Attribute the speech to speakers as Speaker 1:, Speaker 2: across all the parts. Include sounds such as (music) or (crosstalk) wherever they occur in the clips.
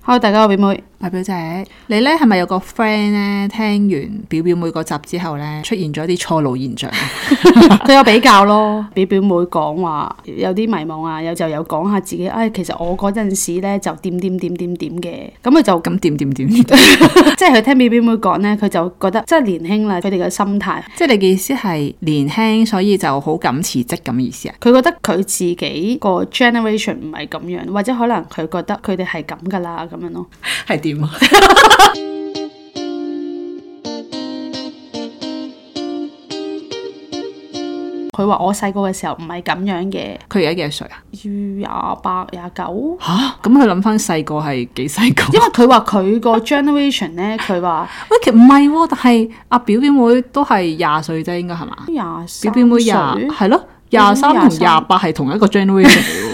Speaker 1: Hello，大家好，表 (laughs) 妹。
Speaker 2: 阿表姐，你咧係咪有個 friend 咧聽完表表妹嗰集之後咧出現咗啲錯腦現象？啊 (laughs)
Speaker 1: 佢有比較咯，俾表妹講話有啲迷茫啊，有就有講下自己，唉、其實我嗰陣時咧就點點點點點嘅，咁佢 (laughs) 就
Speaker 2: 咁點點 (laughs) 點，
Speaker 1: 即係佢聽表表妹講咧，佢就覺得即係年輕啦，佢哋嘅心態，
Speaker 2: 即係你嘅意思係年輕，所以就好敢辭職咁意思啊？
Speaker 1: 佢覺得佢自己個 generation 唔係咁樣，或者可能佢覺得佢哋係咁噶啦咁樣咯。
Speaker 2: 係點啊？
Speaker 1: 佢話我細個嘅時候唔係咁樣嘅，
Speaker 2: 佢而家幾多歲啊？
Speaker 1: 廿八廿九。
Speaker 2: 吓，咁佢諗翻細個係幾細個？ (laughs)
Speaker 1: 因為佢話佢個 generation 咧，佢話
Speaker 2: 喂，其實唔係喎，但係阿表表妹都係廿歲啫，應該係嘛？
Speaker 1: (laughs) 廿
Speaker 2: 表
Speaker 1: 三
Speaker 2: 表妹廿
Speaker 1: 歲
Speaker 2: 係咯，廿三同廿八係同一個 generation 嚟 (laughs)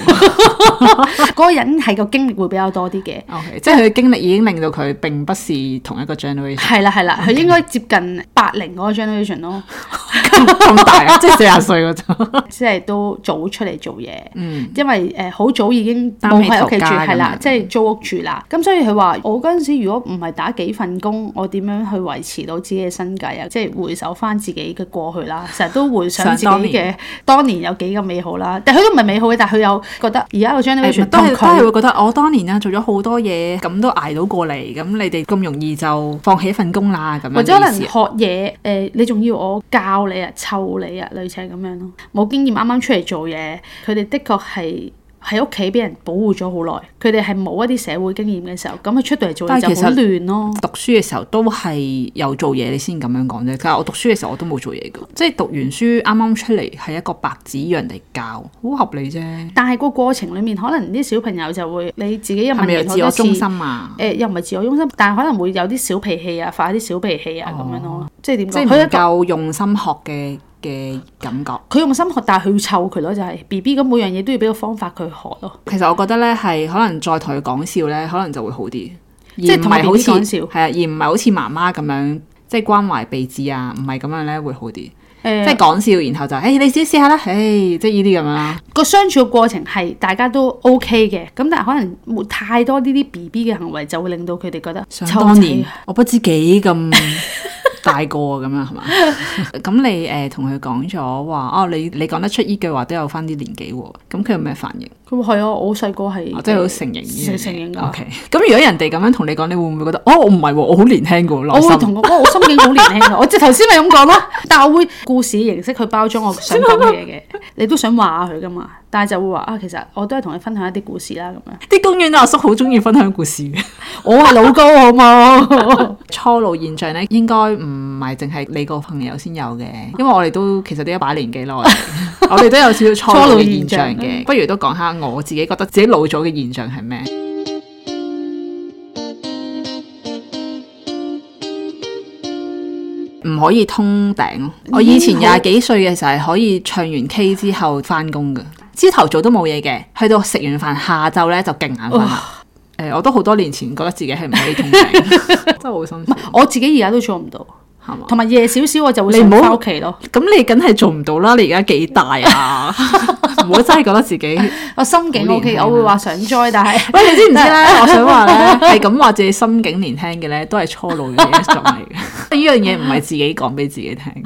Speaker 2: 喎。
Speaker 1: 啊嗰個人係個經歷會比較多啲嘅。
Speaker 2: OK，即係佢經歷已經令到佢並不是同一個 generation
Speaker 1: 係啦係啦，
Speaker 2: 嗯
Speaker 1: 佢應該接近八零嗰個 generation
Speaker 2: (laughs)
Speaker 1: 咯，
Speaker 2: 咁大啊，即係四廿歲嗰陣。
Speaker 1: 即係都早出嚟做嘢。
Speaker 2: 嗯。
Speaker 1: 因為誒好、早已經
Speaker 2: 擔
Speaker 1: 冇
Speaker 2: 起
Speaker 1: 喺
Speaker 2: 頭
Speaker 1: 屋企住，
Speaker 2: 家
Speaker 1: 係啦
Speaker 2: 咁樣，
Speaker 1: 即係租屋住啦。咁所以佢話：我嗰陣時如果唔係打幾份工，我點樣去維持到自己嘅生計啊？即係回首翻自己嘅過去啦，成日都回想自己
Speaker 2: 想當
Speaker 1: 嘅當年有幾咁美好啦。但佢都唔係美好嘅，但佢有覺得而家個
Speaker 2: 誒咪
Speaker 1: generation
Speaker 2: 都
Speaker 1: 同
Speaker 2: 係都係
Speaker 1: 佢
Speaker 2: 會覺得我當年啊做咗好多嘢，咁都捱到過嚟，咁你哋咁容易就放棄一份工啦，咁樣
Speaker 1: 或者可能
Speaker 2: 嘅意
Speaker 1: 學
Speaker 2: 思啊
Speaker 1: 嘢誒、你仲要我教你啊、湊你啊，類似係咁樣咯。冇經驗，啱啱出嚟做嘢，佢哋的確係。喺屋企俾人保護咗好耐，佢哋係冇一啲社會經驗嘅時候，咁佢出到嚟做嘢
Speaker 2: 但係
Speaker 1: 就
Speaker 2: 其
Speaker 1: 好
Speaker 2: 實
Speaker 1: 亂咯。
Speaker 2: 讀書嘅時候都係有做嘢，你先咁樣講啫。但係我讀書嘅時候我都冇做嘢嘅，即係讀完書啱啱出嚟係一個白紙讓人哋教，好合理啫。
Speaker 1: 但係個過程裡面，可能啲小朋友就會你自己又
Speaker 2: 係
Speaker 1: 問
Speaker 2: 咪又
Speaker 1: 完好
Speaker 2: 自我
Speaker 1: 多次，
Speaker 2: 中心
Speaker 1: 誒、
Speaker 2: 啊？
Speaker 1: 又唔係自我中心，但係可能會有啲小脾氣啊，發啲小脾氣啊咁、樣咯，即係點
Speaker 2: 哦即係
Speaker 1: 講？
Speaker 2: 唔
Speaker 1: 佢一個
Speaker 2: 夠用心學嘅嘅感覺。
Speaker 1: 佢用心學，但係佢要湊佢咯，就係 B B 咁每樣嘢都要俾個方法佢學咯。
Speaker 2: 其實我覺得咧係可能再同佢講笑咧，可能就會好啲，而
Speaker 1: 即係
Speaker 2: 唔
Speaker 1: 同個
Speaker 2: 係好
Speaker 1: BB
Speaker 2: 似
Speaker 1: 講笑
Speaker 2: 係啊，而唔係好似媽媽咁樣即係關懷備至啊，唔係咁樣咧會好啲，
Speaker 1: 誒、
Speaker 2: 即係講笑，然後就誒、你自己試下啦，誒、即係呢啲咁樣啦。
Speaker 1: 個相處嘅過程係大家都 O K 嘅，咁但係可能冇太多呢啲 B B 嘅行為，就會令到佢哋覺得
Speaker 2: 想
Speaker 1: 湊
Speaker 2: 當
Speaker 1: 仔
Speaker 2: 年我不知幾咁大個啊，咁
Speaker 1: (laughs)
Speaker 2: 樣係嘛？咁你誒同佢講咗話哦，你你講得出依句話都有翻啲年紀喎，咁佢有咩反應？
Speaker 1: 佢話係啊，我好細個係
Speaker 2: 我真係好承認呢樣嘢
Speaker 1: 承承認㗎
Speaker 2: O K，咁如果人哋咁樣同你講，你會唔會覺得哦，我唔係喎，我好年輕嘅喎，
Speaker 1: 我
Speaker 2: 內
Speaker 1: 會
Speaker 2: 心
Speaker 1: 同佢，哇！我心境好年輕啊
Speaker 2: (laughs)
Speaker 1: 㗎，我即係頭先咪咁講咯。但係我會故事形式去包裝我想講嘅嘢嘅， (laughs) 你都想話下佢噶嘛？但係就會話啊，其實我都係同你分享一啲故事啦咁樣。
Speaker 2: 啲公園阿叔好中意分享故事嘅。
Speaker 1: 我係老高好冇？
Speaker 2: (laughs) 初老現象咧，應該唔係淨係你個朋友先有嘅，因為我哋都其實都一把年紀 (laughs) 啦，我哋我哋都有少少初老嘅現象
Speaker 1: 初老現象
Speaker 2: 嘅。不如都講下我自己覺得自己老咗嘅現象係咩？唔可以通頂咯！我以前廿幾歲嘅時候係可以唱完 K 之後翻工嘅，朝頭早都冇嘢嘅，去到食完飯下晝咧就勁眼瞓啦。誒、我都好多年前覺得自己係唔可以通 (laughs) 頂，真係好心酸。
Speaker 1: (laughs) 我自己而家都做唔到，
Speaker 2: 係嘛？
Speaker 1: 同埋夜少少我就會
Speaker 2: 你
Speaker 1: 想
Speaker 2: 唔好
Speaker 1: 翻屋企咯。
Speaker 2: 咁你梗係做唔到啦！你而家幾大啊？唔好真係覺得自己，喂
Speaker 1: 我心境
Speaker 2: 好
Speaker 1: O K，
Speaker 2: 年輕啊
Speaker 1: 我會話想 join，但係 (laughs)
Speaker 2: 你知唔知咧？我想話咧，係咁話自己心境年輕嘅咧，都係初老嘅一種嚟嘅。呢樣嘢唔係自己講俾自己聽。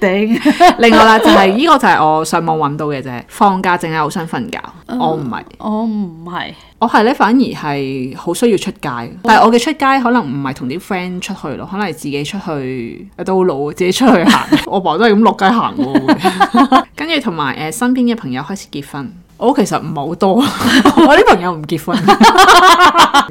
Speaker 1: 頂
Speaker 2: 另外啦，就係、呢、個就係我上網揾到嘅啫。放假淨係好想瞓覺，我唔係。
Speaker 1: 我唔係。
Speaker 2: 我係咧，反而係好需要出街，但係我嘅出街可能唔係同啲 friend 出去咯，可能係自己出去都好老，自己出去行。 (laughs) 我爸都係咁落街行喎。 (laughs) 跟住同埋誒身邊嘅朋友開始結婚，我哦其實唔係好多， (laughs) 我啲朋友唔結婚。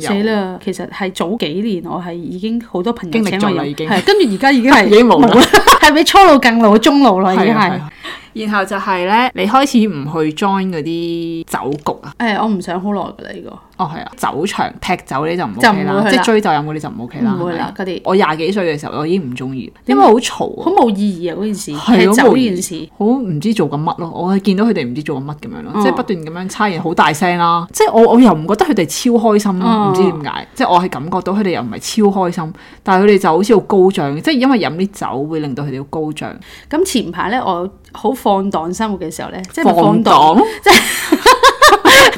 Speaker 1: 死啦！其實係早幾年我係已經好多朋友
Speaker 2: 經
Speaker 1: 請
Speaker 2: 歷
Speaker 1: 我
Speaker 2: 咗啦
Speaker 1: 飲
Speaker 2: 已經
Speaker 1: 係跟住而家已經
Speaker 2: (laughs)
Speaker 1: 係
Speaker 2: 已經冇啦，
Speaker 1: 係比初老更老中老啦，已經
Speaker 2: 係
Speaker 1: 係
Speaker 2: 啊。然後就係咧，你開始唔去 join 嗰啲酒局啊，
Speaker 1: 誒，我唔想好耐㗎啦，呢個。
Speaker 2: 哦係啊，酒場劈酒呢就唔
Speaker 1: 就唔
Speaker 2: OK 啦
Speaker 1: 會，去
Speaker 2: 即
Speaker 1: 啦
Speaker 2: 係追酒飲嗰啲就唔 OK 啦。
Speaker 1: 唔會
Speaker 2: 係咪啊
Speaker 1: 啦嗰啲
Speaker 2: 我廿幾歲嘅時候我已經唔中意，因為好嘈啊
Speaker 1: 好。冇意義啊！嗰件事
Speaker 2: 係
Speaker 1: 踢
Speaker 2: 咯
Speaker 1: 走
Speaker 2: 冇
Speaker 1: 呢
Speaker 2: 意
Speaker 1: 件事，
Speaker 2: 好唔知做緊乜咯，我係見到佢哋唔知做緊乜咁樣咯，
Speaker 1: 嗯
Speaker 2: 即係不斷咁樣差異好大聲啦。即係我我又唔覺得佢哋超開心
Speaker 1: 嗯
Speaker 2: 咯，唔知點解，即係我係感覺到佢哋又唔係超開心，但係佢哋就好似好高漲，即係因為飲啲酒會令到佢哋好高漲，
Speaker 1: 咁前排咧，我好放蕩生活嘅時候咧，即係咪 (laughs)
Speaker 2: 放
Speaker 1: 蕩，
Speaker 2: 蕩，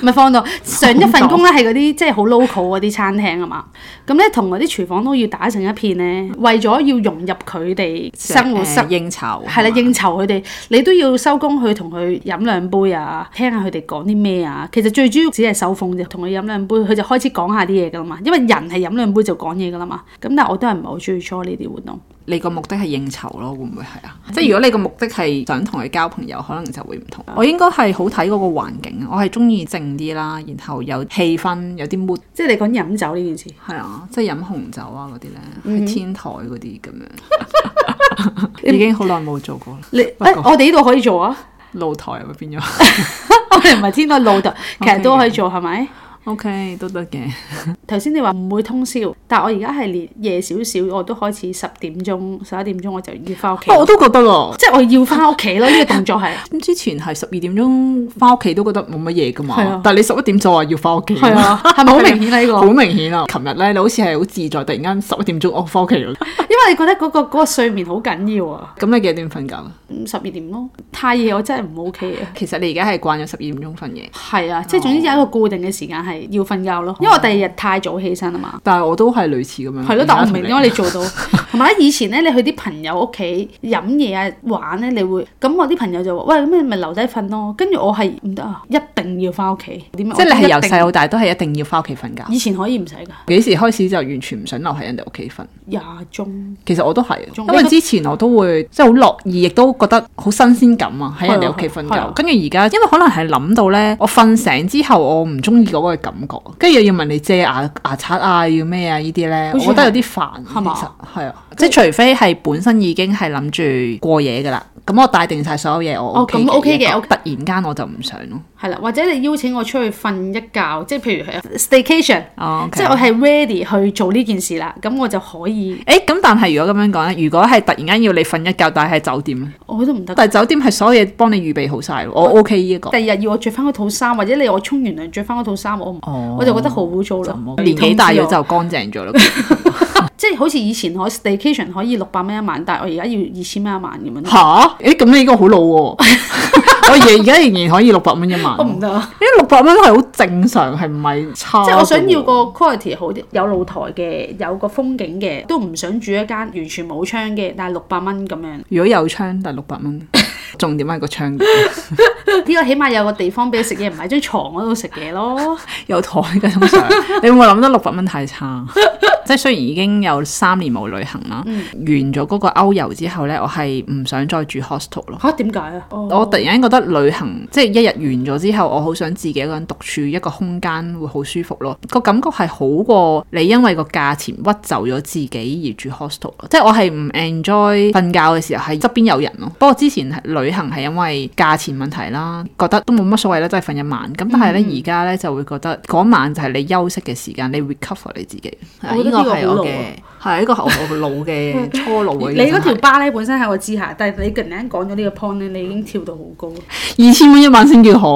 Speaker 1: 咪放到上一份工咧係嗰啲即係好 local 嗰啲餐廳啊嘛，咁咧同嗰啲廚房都要打成一片咧，為咗要融入佢哋生活室
Speaker 2: 誒。應酬
Speaker 1: 係啦，
Speaker 2: 係嘛
Speaker 1: 應啊酬佢哋，你都要收工去同佢飲兩杯啊，聽下佢哋講啲咩啊。其實最主要只係手奉啫，同佢飲兩杯，佢就開始講下啲嘢噶啦嘛。因為人係飲兩杯就講嘢噶啦嘛。咁但係我都係唔係好中意 join 呢啲活動。
Speaker 2: 你個目的係應酬咯，會唔會係啊？即係如果你個目的係想同佢交朋友，可能就會唔同。我應該係好睇嗰個環境啊，我係中意靜啲啦，然後有氣氛，有啲 mood，
Speaker 1: 即係你講飲酒呢件事，
Speaker 2: 係啊，即係飲紅酒啊嗰啲咧，喺天台嗰啲咁樣， (laughs) 已經好耐冇做過啦。
Speaker 1: 你誒、哎我哋呢度可以做啊，
Speaker 2: 露台啊變咗 (laughs)
Speaker 1: 我哋唔係天台露台，其實都可以做係咪
Speaker 2: ，OK 都得嘅。
Speaker 1: 頭先你話唔會通宵，但我而家係連夜少少，我都開始十點鐘、十一點鐘我就要翻屋企，
Speaker 2: 哦不過我都覺得啊咯，
Speaker 1: 即係我要翻屋企咯。呢、個動作係。
Speaker 2: 咁之前係十二點鐘翻屋企都覺得冇乜嘢噶嘛
Speaker 1: 係啊，
Speaker 2: 但係你十一點就話要翻屋企，
Speaker 1: 係
Speaker 2: (laughs)
Speaker 1: 啊，係咪好明顯啊？呢個
Speaker 2: 好明顯啊！琴日咧你好似係好自在，突然間十一點鐘我翻屋企啦。
Speaker 1: 因為你覺得嗰、個嗰、個睡眠好緊要啊，
Speaker 2: (laughs) 咁你幾點瞓覺啊？
Speaker 1: 嗯十二點咯，太夜我真係唔 OK 啊。
Speaker 2: 其實你而家係慣咗十二點鐘瞓嘅，
Speaker 1: 係啊，即係總之有一個固定嘅時間係要瞓覺咯，因為我第二日太早起身啊嘛。
Speaker 2: 但係我都係類似咁樣。
Speaker 1: 係咯，但我唔明點
Speaker 2: 點
Speaker 1: 解你做到。
Speaker 2: (laughs)
Speaker 1: 同埋咧，以前咧你去啲朋友屋企飲嘢啊玩咧，你會咁我啲朋友就話：喂，咁你咪留低瞓咯。跟住我係唔得啊，一定要翻屋企。點解啊
Speaker 2: 即係你係由
Speaker 1: 我一定
Speaker 2: 細到大都係一定要翻屋企瞓覺。
Speaker 1: 以前可以唔使㗎，
Speaker 2: 幾時開始就完全唔想留喺人哋屋企瞓？
Speaker 1: 廿鐘。
Speaker 2: 其實我都係，
Speaker 1: 仲
Speaker 2: 因為之前我都會即係好樂意，亦都覺得好新鮮感啊！喺人哋屋企瞓
Speaker 1: 係啊
Speaker 2: 覺，跟住而家因為可能係諗到咧，我瞓醒之後我唔中意嗰個感覺，啊跟住又要問你借牙牙刷啊，要咩啊呢啲咧，
Speaker 1: 好
Speaker 2: 我
Speaker 1: 似
Speaker 2: 覺得有啲煩。
Speaker 1: 係嘛
Speaker 2: 其實係啊，即係除非係本身已經係諗住過夜噶啦，咁我帶定晒所有嘢，我
Speaker 1: 哦
Speaker 2: OK
Speaker 1: 咁 OK 嘅
Speaker 2: 我
Speaker 1: OK
Speaker 2: 突然間我就唔想咯。
Speaker 1: 係啦，或者你邀請我出去瞓一覺，即係譬如係啊 staycation，
Speaker 2: 哦，
Speaker 1: 即係我係 ready 去做呢件事啦，咁我就可以，
Speaker 2: 誒咁，但係如果咁樣講咧，如果係突然間要你瞓一覺，但係喺酒店咧，
Speaker 1: 我都唔得。
Speaker 2: 但係酒店係所有嘢幫你預備好晒喎，
Speaker 1: 哦
Speaker 2: 我 OK 呢一個。
Speaker 1: 第二日要我着翻嗰套衫，或者你我沖完涼着翻嗰套衫，我唔，
Speaker 2: 哦
Speaker 1: 我就覺得好污糟啦。
Speaker 2: 年紀大咗就乾淨咗啦。
Speaker 1: (laughs) 即係好似以前我 staycation 可以六百蚊一晚，但係我而家要二千蚊一晚咁樣咯。
Speaker 2: 吓？誒咁你應該好老喎、 (laughs) 我而而家仍然可以六百蚊一晚
Speaker 1: 我，唔得啊，
Speaker 2: 因為六百蚊係好正常，係唔係差嘅喎？
Speaker 1: 即係我想要個 quality 好啲，有露台嘅，有個風景嘅，都唔想住一間完全冇窗嘅，但係六百蚊咁樣，
Speaker 2: 如果有窗，但係六
Speaker 1: (laughs)
Speaker 2: 百蚊。重點係個窗，
Speaker 1: 呢個起碼有個地方俾你食嘢，唔係張床嗰度食嘢咯。
Speaker 2: 有台嘅通常。 (laughs) 你有冇諗得六百蚊太差？ (laughs) 即係雖然已經有三年冇旅行啦，
Speaker 1: 嗯
Speaker 2: 完咗嗰個歐遊之後呢，我係唔想再住 hostel 咯。
Speaker 1: 吓？點解啊？
Speaker 2: 我突然間覺得旅行即係一日完咗之後，我好想自己一個人獨處一個空間，會好舒服咯。個感覺係好過你因為個價錢屈就咗自己而住 hostel 咯。即係我係唔 enjoy 瞓覺嘅時候係側邊有人咯。不過之前係旅行係因為價錢問題啦，覺得都冇乜所謂啦，都係瞓一晚。咁但
Speaker 1: 嗯
Speaker 2: 係咧而家咧就會覺得嗰晚就係你休息嘅時間，你 recover 你自己。係啊
Speaker 1: 我覺得
Speaker 2: 呢個
Speaker 1: 呢個
Speaker 2: 係
Speaker 1: 好
Speaker 2: 我
Speaker 1: 老
Speaker 2: 嘅
Speaker 1: 啊，
Speaker 2: 係呢個係我老嘅初老嘅。
Speaker 1: (laughs) 你嗰條巴咧本身喺我之下，但係你突然間講咗呢個 point 咧，你已經跳到好高。
Speaker 2: 二千蚊一晚先叫好，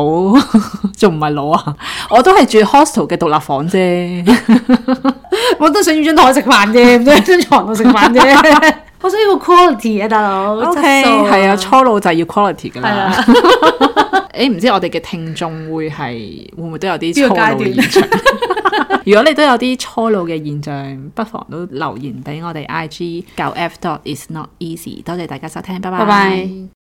Speaker 2: (laughs) 仲唔係攞啊？我都係住 hostel 嘅獨立房啫。
Speaker 1: (laughs) 我都想要張台食飯啫，唔想喺張床度食飯啫。 (laughs) 我想要個 quality 啊，大佬。質素
Speaker 2: 係啊，初老就係要 quality 㗎
Speaker 1: 係
Speaker 2: 啦。
Speaker 1: 啊，
Speaker 2: (laughs) 誒，唔知我哋嘅聽眾會係會唔會都有啲
Speaker 1: 呢
Speaker 2: 初
Speaker 1: 個
Speaker 2: 老
Speaker 1: 階段
Speaker 2: 嘅現象？ (laughs) 如果你都有啲初老嘅現象，不妨都留言俾我哋 IG 九 F dot is not easy。多謝大家收聽，拜拜。
Speaker 1: 拜拜。